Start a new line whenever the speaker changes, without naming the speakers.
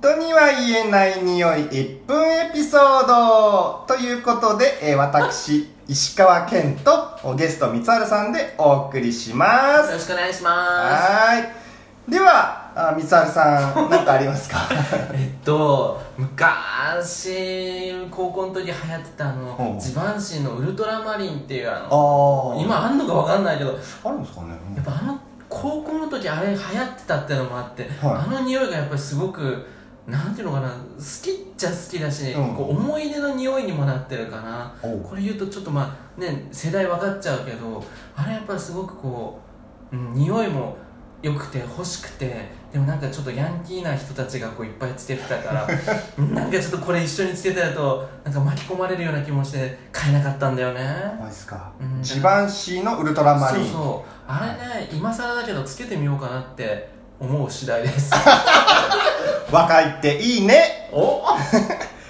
人には言えない匂い1分エピソードということで、えー 私、石川健とゲスト三原さんでお送りしま
よろ
す。
しくお願いしま
はーい。では、あ三原 さん、何かありますか
すえっと昔高校の時流行ってたあ
うん
のジバンシーのウルトラマリンっていうあ
あ
の
あ
今あんのかわかんないけどや
あるんですかね、
っぱあの高校の時あれ流行ってたってのもあって、
はい
あの匂いがやっぱりすごくなんていうのかな好きっちゃ好きだし、
うん
こう思い出の匂いにもなってるかな
おう
これ言うとちょっとまあね世代分かっちゃうけどあれやっぱりすごくこう、うん、匂いも良くて欲しくてでもなんかちょっとヤンキーな人たちがこういっぱいつけてたからうんなんかちょっとこれ一緒につけてるとなんか巻き込まれるような気もして買えなかったんだよね
マジっすか
うん
ジバンシーのウルトラマ
そ
リ
う
ン
そうあれね今更だけどつけてみようかなって思う次第です
若いっていいね
お